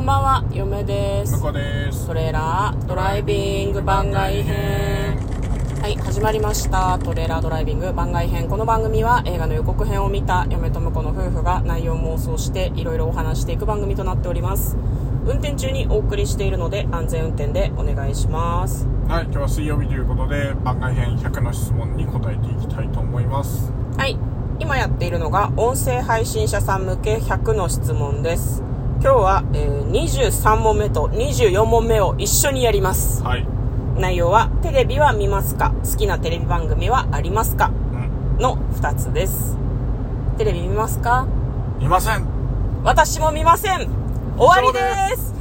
んばんは、嫁です向。こうですトレーラードライビング番外編。はい、始まりました。トレーラードライビング番外編。この番組は映画の予告編を見た嫁と婿の夫婦が内容妄想していろいろお話していく番組となっております。運転中にお送りしているので安全運転でお願いします。はい今日は水曜日ということで番外編100の質問に答えていきたいと思いますはい今やっているのが音声配信者さん向け100の質問です今日は、えー23問目と24問目を一緒にやりますはい内容は「テレビは見ますか?」「好きなテレビ番組はありますか?うん」の2つですテレビ見ますかいませんあ私も見ません終わりです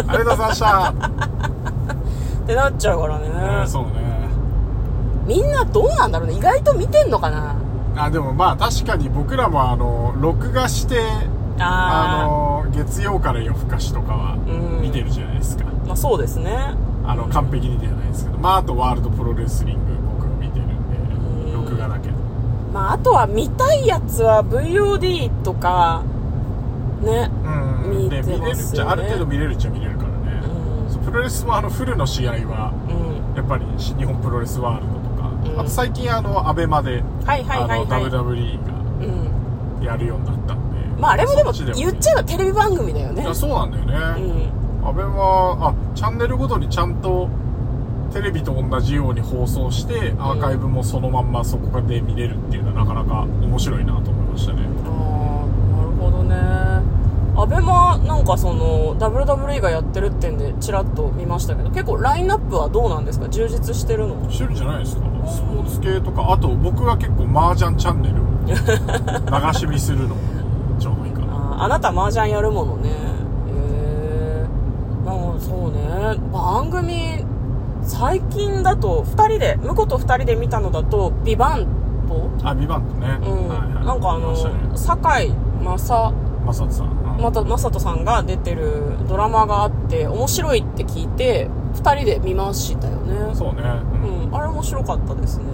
りがとうございま した、ってなっちゃうからね、えーそうねみんなどうなんだろうね意外と見てんのかなあでもまあ確かに僕らもあの録画してああの月曜から夜更かしとかうはん見てるじゃないですか、ーまあそうですねあの完璧にではないですけどまああとワールドプロレスリング僕見てるんうんで録画だけどまあ、あとは見たいやつは VOD とかねうんで見て見れるまっすちよねゃある程度見れるっちゃ見れるからね、うんそうプロレスもあのフルの試合はうんやっぱり新日本プロレスワールドとか、うんあと最近あのアベマで、はいはいはいはいあの WWE うんがやるようになったんでまああれもでもそち言っちゃえばテレビ番組だよねいやそうなんだようね、んアベマあチャンネルごとにちゃんとテレビと同じように放送してアーカイブもそのまんまそこで見れるっていうのはなかなか面白いなと思いましたねああなるほどねアベマなんかその WWE がやってるってんでちらっと見ましたけど結構ラインナップはどうなんですか充実してるのしてるんじゃないですかスポーツ系とかあと僕は結構麻雀チャンネル を流し見するのにちょうどいいかなあーあなた麻雀やるものねへえまあそうね番組最近だと2人で婿と2人で見たのだと「ビバンとあビバンとね、うんなんかあ見ましたねの堺正マサトさん、うんまた正人さんが出てるドラマがあって面白いって聞いて2人で見ましたよねそうね、ううんん、あれ面白かったですね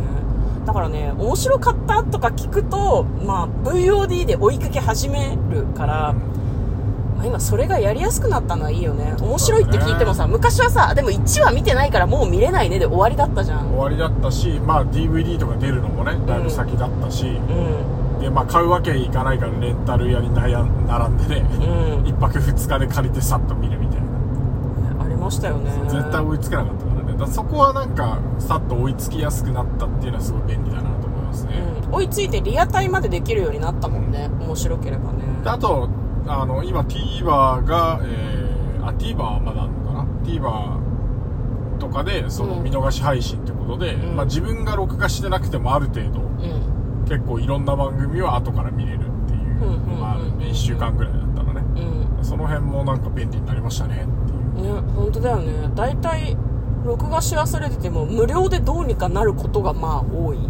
だからね面白かったとか聞くと、まあ、VOD で追いかけ始めるから、まあ今それがやりやすくなったのはいいよね面白いって聞いてもさ、昔はさでも1話見てないからもう見れないねで終わりだったじゃ終んわりだったし、まあ、DVD とか出るのもねだいぶ先だったし、うんでまあ、買うわけいかないからレンタル屋に悩ん並んでねうん1泊2日で借りてさっと見るみたいなありましたよね絶対追いつかなかったからねだからそこはなんかさっと追いつきやすくなったっていうのはすごい便利だなと思いますね、うん、追いついてリアタイまでできるようになったもんね面白ければねであとあの今 TVer が、えー、あ TVer はまだあるのかな TVer とかでそのうん見逃し配信ってことで、うんまあ、自分が録画してなくてもある程度うん結構いろんな番組は後から見れるっていうのがあるうんんうんうんうでん1週間ぐらいだったらねうんその辺もなんか便利になりましたねっていうね本当だよね大体録画し忘れてても無料でどうにかなることがまあ多いよ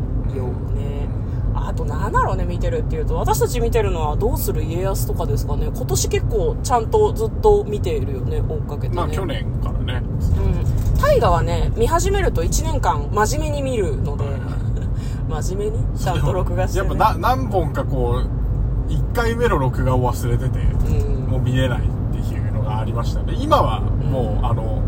ねあと何だろうね見てるっていうと私たち見てるのは「どうする家康」とかですかね今年結構ちゃんとずっと見ているよね追っかけてね、まあ去年からねうん大河はね見始めると1年間真面目に見るのではい 真面目にちゃんと録画して、やね、っぱな何本かこう1回目の録画を忘れてて、うんもう見れないっていうのがありましたね今はもう、うんあの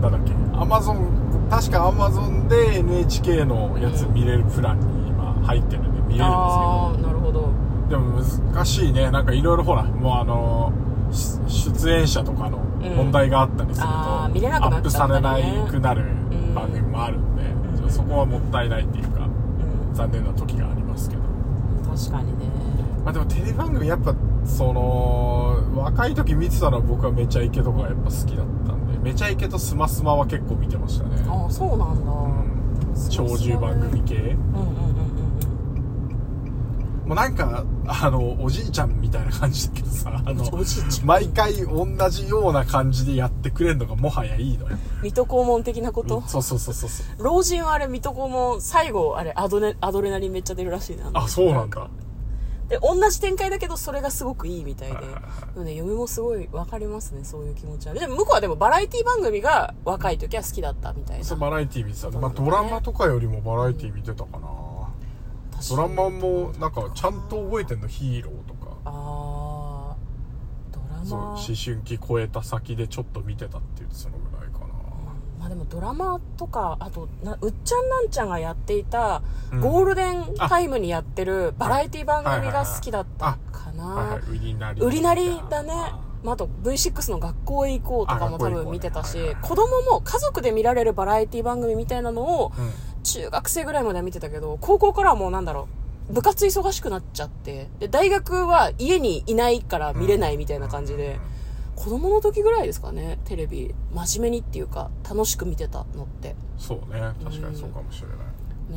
なんだっけアマゾン確かアマゾンで NHK のやつうん見れるプランに今入ってるんで見れるんああなるほどですけどでも難しいねなんかいろいろほらもうあのし出演者とかの問題があったりすると、あー見れなアくなッっプちゃさったれりねなくなるん番組もあるんで、うんそこはもったいないっていうかうん残念な時がありますけど確かにねまあでもテレビ番組やっぱその若い時見てたのは僕は「めちゃイケ」とかがやっぱ好きだったんで「めちゃイケ」と「スマスマ」は結構見てましたねああそうなんだ、長寿番組系うんうんうんうんうんもうなんかあのおじいちゃんみたいな感じだけどさあのおじいちゃん毎回同じような感じでやってくれるのがもはやいいのよ水戸黄門的なことそうそうそうそうそう老人はあれ水戸黄門最後あれアドネアドレナリンめっちゃ出るらしいなあそうなんだで同じ展開だけどそれがすごくいいみたいではいはいはでもね嫁もすごい分かりますねそういう気持ちはでも向こうはでもバラエティ番組が若い時は好きだったみたいなそう確かバラエティー見てた、まあ、ドラマとかよりもバラエティー見てたかなドラにマもなんかちゃんと覚えてんのヒーローとかあードラマそうマ思春期超えた先でちょっと見てたっていうそのぐらいかなまあでもドラマとかあとなうっちゃんなんちゃんがやっていたうんゴールデンタイムにやってるバラエティ番組が好きだったかはいなはい売りなり売りなりだねあまあ、あと V6 の学校へ行こうとかも多あ学校へ行こうね分見てたし、はいはいはい子供も家族で見られるバラエティ番組みたいなのをーうん中学生ぐらいまでは見てたけど高校からはもうなんだろう部活忙しくなっちゃってで大学は家にいないから見れないみたいな感じで、子供の時ぐらいですかねテレビ真面目にっていうか楽しく見てたのってそうね確かにそうかもしれ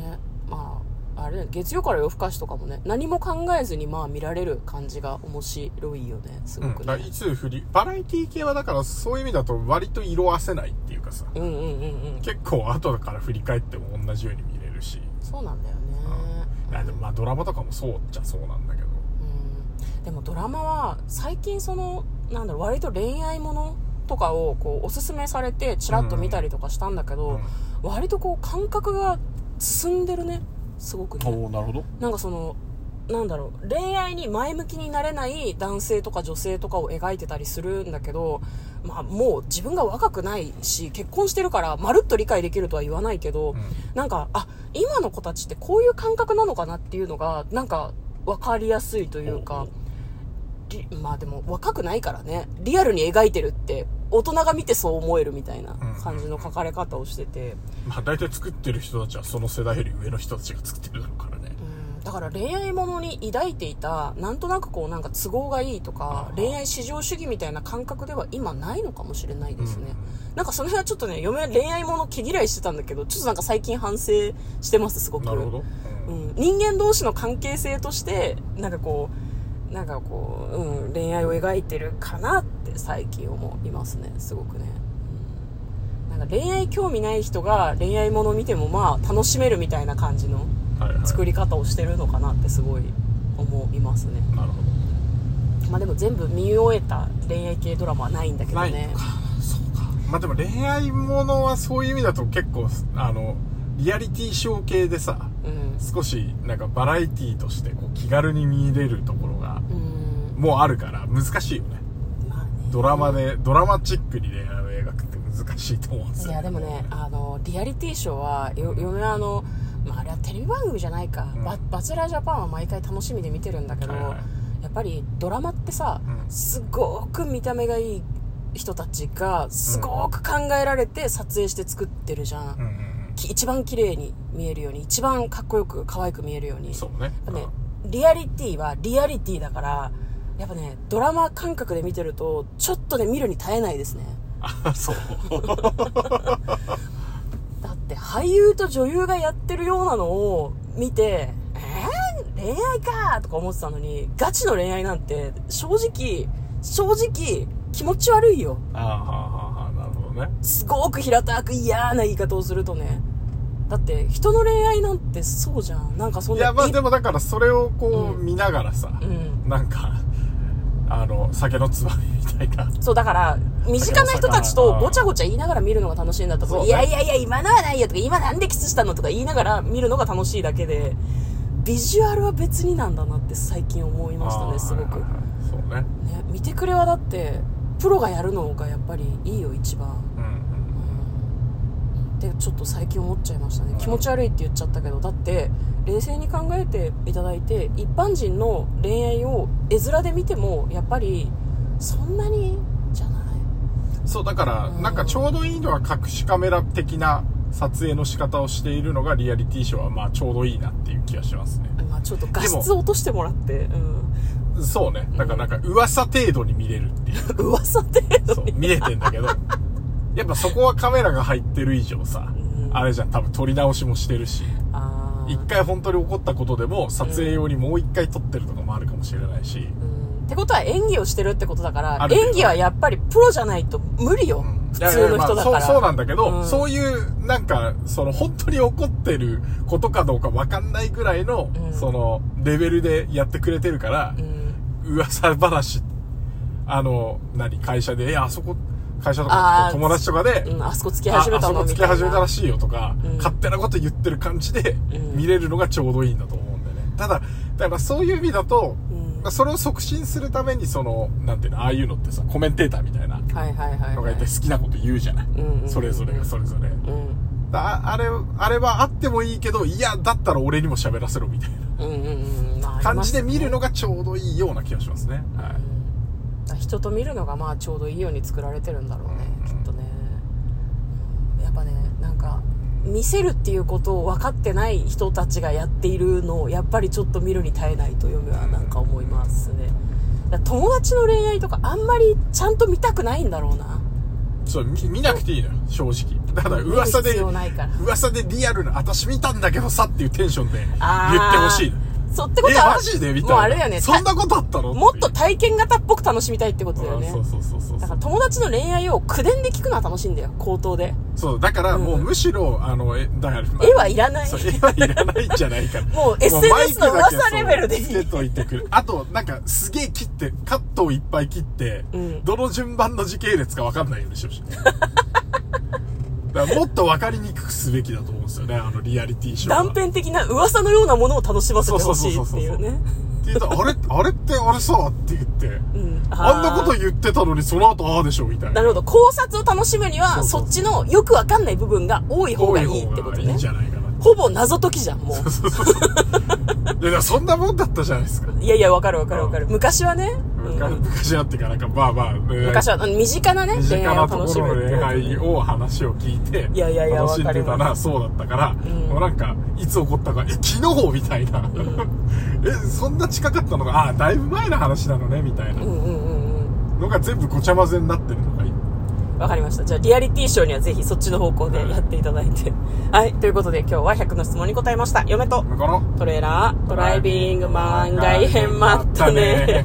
ない、ねまああれだよ月曜から夜更かしとかもね何も考えずにまあ見られる感じが面白いよねすうごん、くだからねい、つ振りバラエティ系はだからそういう意味だと割と色褪せないっていうかさうん、うんうんうんうん結構後から振り返っても同じように見れるし、そうなんだよねうん、あでもまあドラマとかもそうっちゃそうなんだけどうんでもドラマは最近そのなんだろう割と恋愛ものとかをこうおすすめされてチラッと見たりとかしたんだけど、割とこう感覚が進んでるねすごくねおなるほどなんかそのなんだろう恋愛に前向きになれない男性とか女性とかを描いてたりするんだけど、まあ、もう自分が若くないし結婚してるからまるっと理解できるとは言わないけど、なんかあ今の子たちってこういう感覚なのかなっていうのがなんか分かりやすいというおかうりまあでも若くないからねリアルに描いてるって大人が見てそう思えるみたいな感じの書かれ方をしてて。まあ大体作ってる人たちはその世代より上の人たちが作ってるだろうからねうんだから恋愛ものに抱いていたなんとなくこうなんか都合がいいとかあー恋愛至上主義みたいな感覚では今ないのかもしれないですね、うなんかその辺はちょっとね嫁は恋愛もの毛嫌いしてたんだけどちょっとなんか最近反省してますすごくなるほど、ううんん、人間同士の関係性としてなんかこうなんかこう、うん、恋愛を描いてるかなって最近思いますねすごくね、うん、なんか恋愛興味ない人が恋愛もの見てもまあ楽しめるみたいな感じのはいはい、作り方をしてるのかなってすごい思いますね、なるほまあ、でも全部見終えた恋愛系ドラマはないんだけどどないねのかそうかまあでも恋愛ものはそういう意味だと結構あのリアリティショー系でさうん少しなんかバラエティとしてこう気軽に見れるところがうんもうあるから難しいよねまあねドラマでドラマチックに恋愛を描くって難しいと思うんですいよやでもねあのリアリティショーはよ嫁はあの、まあ、あれはテレビ番組じゃないか、うんババチェラージャパンは毎回楽しみで見てるんだけど、はいはいやっぱりドラマってさ、うんすごく見た目がいい人たちがすごく考えられて撮影して作ってるじゃん、うんうんき一番綺麗に見えるように一番かっこよく可愛く見えるようにうんそうねやっぱね、リアリティはリアリティだから、やっぱね、ドラマ感覚で見てると、ちょっとね、見るに耐えないですね。あそうだって、俳優と女優がやってるようなのを見て、えー、恋愛かとか思ってたのに、ガチの恋愛なんて、正直、正直、気持ち悪いよ。あーはーはーはーなるほどねすごく平たく嫌な言い方をするとね。だって、人の恋愛なんてそうじゃん。なんかそんいな。やまあでも。もだからそれをこううん見ながらさ、うん。なんかあの酒のつまみみたいなそう、だから、身近な人たちとごちゃごちゃ言いながら見るのが楽しいんだと思う。そういねやいやいや、今のはないよとか、今なんでキスしたのとか言いながら見るのが楽しいだけで、ビジュアルは別になんだなって最近思いましたあーね、すごはく。いねはい、はいそうね見てくれはだって、プロがやるのがやっぱりいいよ、一番。うんうんってちょっと最近思っちゃいましたねん気持ち悪いって言っちゃったけどだって冷静に考えていただいて一般人の恋愛を絵面で見てもやっぱりそんなにじゃないそうだからうんなんかちょうどいいのは隠しカメラ的な撮影の仕方をしているのがリアリティショーはまあちょうどいいなっていう気がしますねまあ、ちょっと画質落としてもらって、うん、そうねだからなんか噂程度に見れるっていう噂程 度そう見れてんだけどやっぱそこはカメラが入ってる以上さ、うんあれじゃん多分撮り直しもしてるしあ一ー回本当に起こったことでも撮影用にもう一回撮ってるとかもあるかもしれないし、うんってことは演技をしてるってことだからある程度演技はやっぱりプロじゃないと無理よ、普通の人だから、まあ、そうそうなんだけど、うんそういうなんかその本当に怒ってることかどうかわかんないぐらいの、うんそのレベルでやってくれてるからう、ん噂話あの何会社で「えあそこ会社とあかー友達とかで、うん、あそこ付きああ始そめたのこみ付たきいな始めたらしいよとか、うん勝手なこと言ってる感じでうん見れるのがちょうどいいんだと思うんだよねただだからそういう意味だとうんまあそれを促進するためにそのなんていうのああいうのってさコメンテーターみたいなはいはいはい、のがはいいて好きなこと言うじゃない、んうんうんそれぞれがそれぞれうん、だああれあれはあってもいいけどいやだったら俺にも喋らせろみたいなうんうんうんまあ感じで見るのが、がちょうどいいような気がしますね、うんはい、だから人と見るのがまあちょうどいいように作られてるんだろうね、うんきっとねやっぱねなんか見せるっていうことを分かってない人たちがやっているのをやっぱりちょっと見るに耐えないと読むはなんか思いますねだから友達の恋愛とかあんまりちゃんと見たくないんだろうなそう見見なくていいのよ正直ただ噂見るで必要ないから噂でリアルな私見たんだけどさっていうテンションで言ってほしいのあーそうってことえはマジでみたいなもうあれだよねそんなことあったのたもっとて体験型っぽく楽しみたいってことだいうよねうんそうそうそうそだうから友達の恋愛を口伝で聞くのは楽しいんだよ口頭でそうだからもうむしろ、あのえだから、まあ絵はいらないそう絵はいらないんじゃないか もう SNS の噂レベルでいいつけといてくるあとなんかすげえ切ってカットをいっぱい切って、うんどの順番の時系列か分かんないよう にしてほしいだからもっと分かりにくくすべきだと思うんですよねあのリアリティショーは断片的な噂のようなものを楽しませてほしいっていうねって言うと、あれ、あれってあれさ、って言って、うんあんなことあ言ってたのに、その後ああでしょ、みたいーなな。るほど考察を楽しむにはそそうそうっちのよくわかんない部分が多い方多がいいいって方こがといいねんじゃないかな。いほぼ謎解きじゃんもうや、だからそんなもんだったじゃないですか。いやいやわかるわかるわかる昔はね、うん昔昔あってか、なんか、まあまあ、昔は、はあの身近なね身恋近愛をなと楽こしろむのって恋こと愛を話を聞いて、いやいやいや楽しんでたわかりな、そうだったから、んもうなんか、いつ起こったか、え、昨日みたいな。 え、そんな近かったのが、ああ、だいぶ前の話なのね、みたいなうんうんうんうんのが全部ごちゃ混ぜになってるのがいい。わかりました。じゃあ、リアリティショーにはぜひそっちの方向でやっていただいて。はい。ということで、今日は100の質問に答えました。嫁と向こうの、トレーラー、ドライビング漫画編、まったね。